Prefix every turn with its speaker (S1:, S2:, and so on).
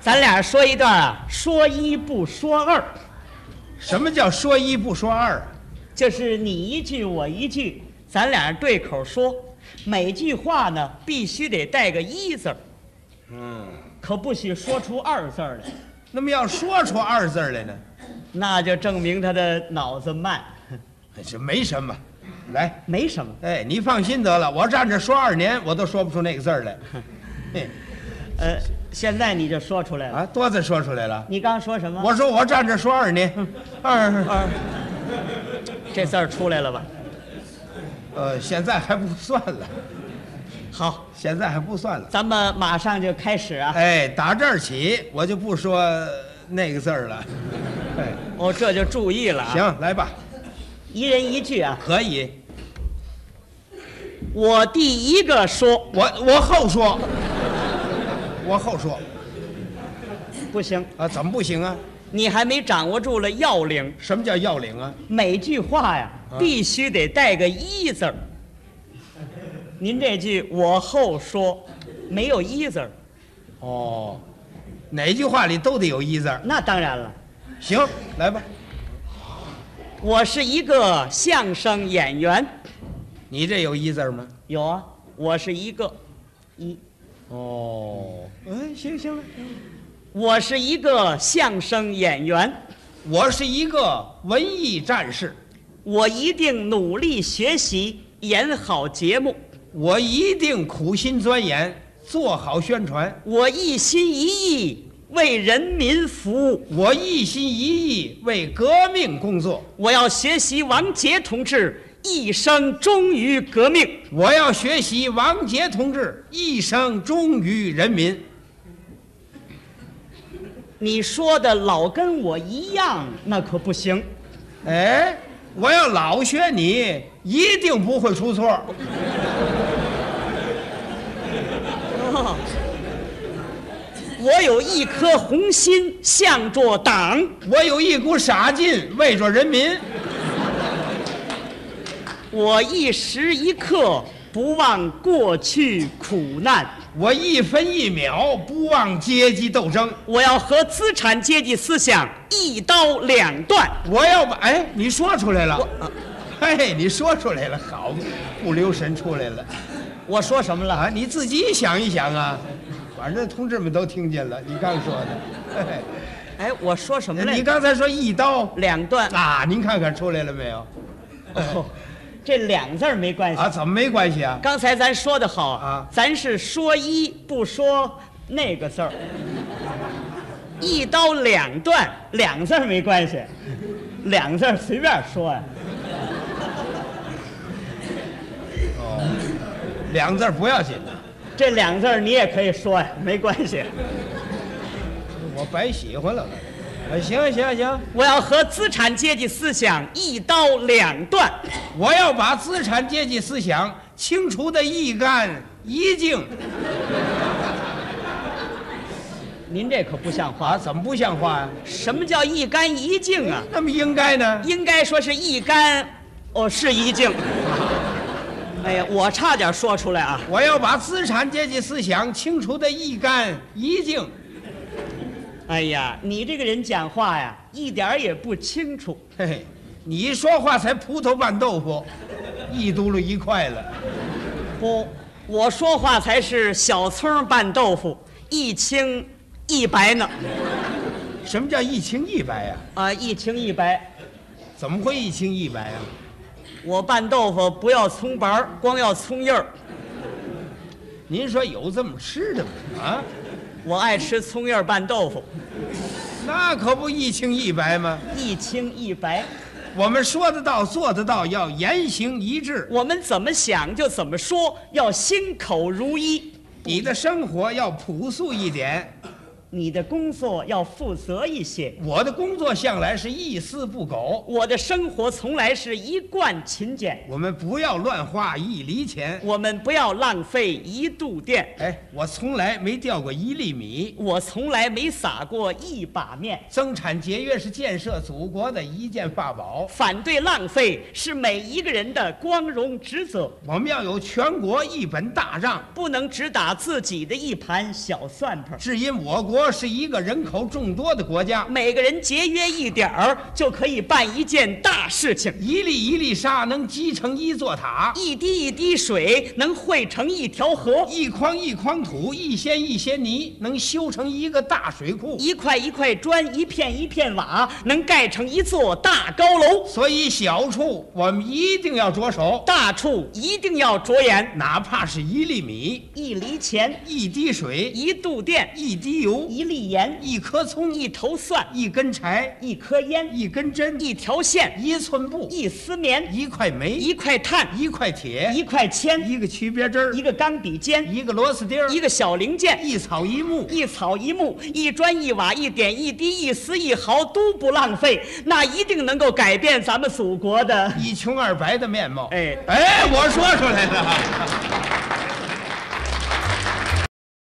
S1: 咱俩说一段啊，说一不说二，
S2: 什么叫说一不说二啊？
S1: 就是你一句我一句，咱俩对口说，每句话呢必须得带个一字儿，嗯，可不许说出二字儿来，
S2: 那么要说出二字儿来呢，
S1: 那就证明他的脑子慢，
S2: 这没什么。来，
S1: 没什么。
S2: 哎，你放心得了，我站这说二年，我都说不出那个字儿来。嘿
S1: 呃，现在你就说出来了。
S2: 啊，多次说出来了。
S1: 你刚说什么？
S2: 我说我站这说二年，二
S1: 二，这字儿出来了吧？
S2: 呃，现在还不算了，
S1: 好，
S2: 现在还不算了。
S1: 咱们马上就开始啊！
S2: 哎，打这儿起我就不说那个字儿了。哎，
S1: 哦，这就注意了啊！，
S2: 行，来吧，
S1: 一人一句啊。
S2: 可以。
S1: 我第一个说
S2: 我我后说，我后说
S1: 不行，
S2: 啊，怎么不行啊？
S1: 你还没掌握住了要领。
S2: 什么叫要领啊？
S1: 每句话呀，必须得带个一字儿。您这句我后说，没有一字儿，
S2: 哦，哪句话里都得有一字儿。
S1: 那当然了。
S2: 行，来吧，
S1: 我是一个相声演员，
S2: 你这有一字儿吗？
S1: 有啊，我是一个，一，
S2: 哦，嗯，行行了，
S1: 我是一个相声演员，
S2: 我是一个文艺战士，
S1: 我一定努力学习，演好节目，
S2: 我一定苦心钻研，做好宣传，
S1: 我一心一意为人民服务。
S2: 我一心一意为革命工作，
S1: 我要学习王杰同志一生忠于革命。
S2: 我要学习王杰同志一生忠于人民。
S1: 你说的老跟我一样，那可不行。
S2: 哎，我要老学你，一定不会出错。
S1: 我有一颗红心，向着党；
S2: 我有一股傻劲，为着人民。
S1: 我一时一刻不忘过去苦难。
S2: 我一分一秒不忘阶级斗争，
S1: 我要和资产阶级思想一刀两断。
S2: 我要把哎，你说出来了，嘿，你说出来了，好，不留神出来了
S1: 我说什么了？
S2: 啊！你自己想一想啊，反正同志们都听见了，你刚说 的，
S1: 哎，我说什么
S2: 嘿
S1: 来
S2: 你
S1: 着？
S2: 刚才说一刀
S1: 两断。
S2: 啊，您看看出来了没有？
S1: 哦，这两字儿没关系。
S2: 啊，怎么没关系啊？
S1: 刚才咱说的好
S2: 啊
S1: 咱是说一不说那个字儿， 一刀两断，两字儿没关系，两字儿随便说呀、
S2: 两字儿不要紧的，
S1: 这两字儿你也可以说呀、没关系。
S2: 我白喜欢了。哎，行啊行啊行啊，
S1: 我要和资产阶级思想一刀两断，
S2: 我要把资产阶级思想清除的一干一净。
S1: 您这可不像话。
S2: 啊，怎么不像话呀、
S1: 什么叫一干一净啊？
S2: 那么应该呢？
S1: 应该说是一干，哦，是一净。哎呀，我差点说出来啊！
S2: 我要把资产阶级思想清除的一干一净。
S1: 哎呀，你这个人讲话呀，一点儿也不清楚。
S2: 嘿嘿，你一说话才葡萄拌豆腐，一嘟噜一块了。
S1: 不，哦我说话才是小葱拌豆腐，一清一白呢。
S2: 什么叫一清一白呀、
S1: 啊，一清一白。
S2: 怎么会一清一白啊？
S1: 我拌豆腐不要葱白儿，光要葱叶儿。
S2: 您说有这么吃的吗？啊，
S1: 我爱吃葱叶儿拌豆腐，
S2: 那可不一清一白吗？
S1: 一清一白。
S2: 我们说得到，做得到，要言行一致。
S1: 我们怎么想就怎么说，要心口如一。
S2: 你的生活要朴素一点，
S1: 你的工作要负责一些。
S2: 我的工作向来是一丝不苟。
S1: 我的生活从来是一贯勤俭，
S2: 我们不要乱花一厘钱。
S1: 我们不要浪费一度电。
S2: 哎，我从来没掉过一粒米。
S1: 我从来没撒过一把面，
S2: 增产节约是建设祖国的一件法宝。
S1: 反对浪费是每一个人的光荣职责，
S2: 我们要有全国一本大账，
S1: 不能只打自己的一盘小算盘。
S2: 只因我国国是一个人口众多的国家，
S1: 每个人节约一点儿就可以办一件大事情。
S2: 一粒一粒沙能积成一座塔，
S1: 一滴一滴水能汇成一条河，
S2: 一筐一筐土，一掀一掀泥能修成一个大水库。
S1: 一块一块砖，一片一片瓦，能盖成一座大高楼。
S2: 所以小处我们一定要着手，
S1: 大处一定要着眼，
S2: 哪怕是一粒米、
S1: 一厘钱，
S2: 一滴水、
S1: 一度电，
S2: 一滴油、
S1: 一粒盐，
S2: 一颗葱、
S1: 一头蒜，
S2: 一根柴、
S1: 一颗烟，
S2: 一根针、
S1: 一条线，
S2: 一寸布、
S1: 一丝棉，
S2: 一块煤、
S1: 一块炭，
S2: 一块铁、
S1: 一块铅，
S2: 一个曲别针儿
S1: 一个钢笔尖，
S2: 一个螺丝钉儿
S1: 一个小零件，
S2: 一草一木，
S1: 一草一木，一砖一瓦，一点一滴，一丝一毫都不浪费，那一定能够改变咱们祖国的。
S2: 一穷二白的面貌。
S1: 哎
S2: 哎，我说出来了。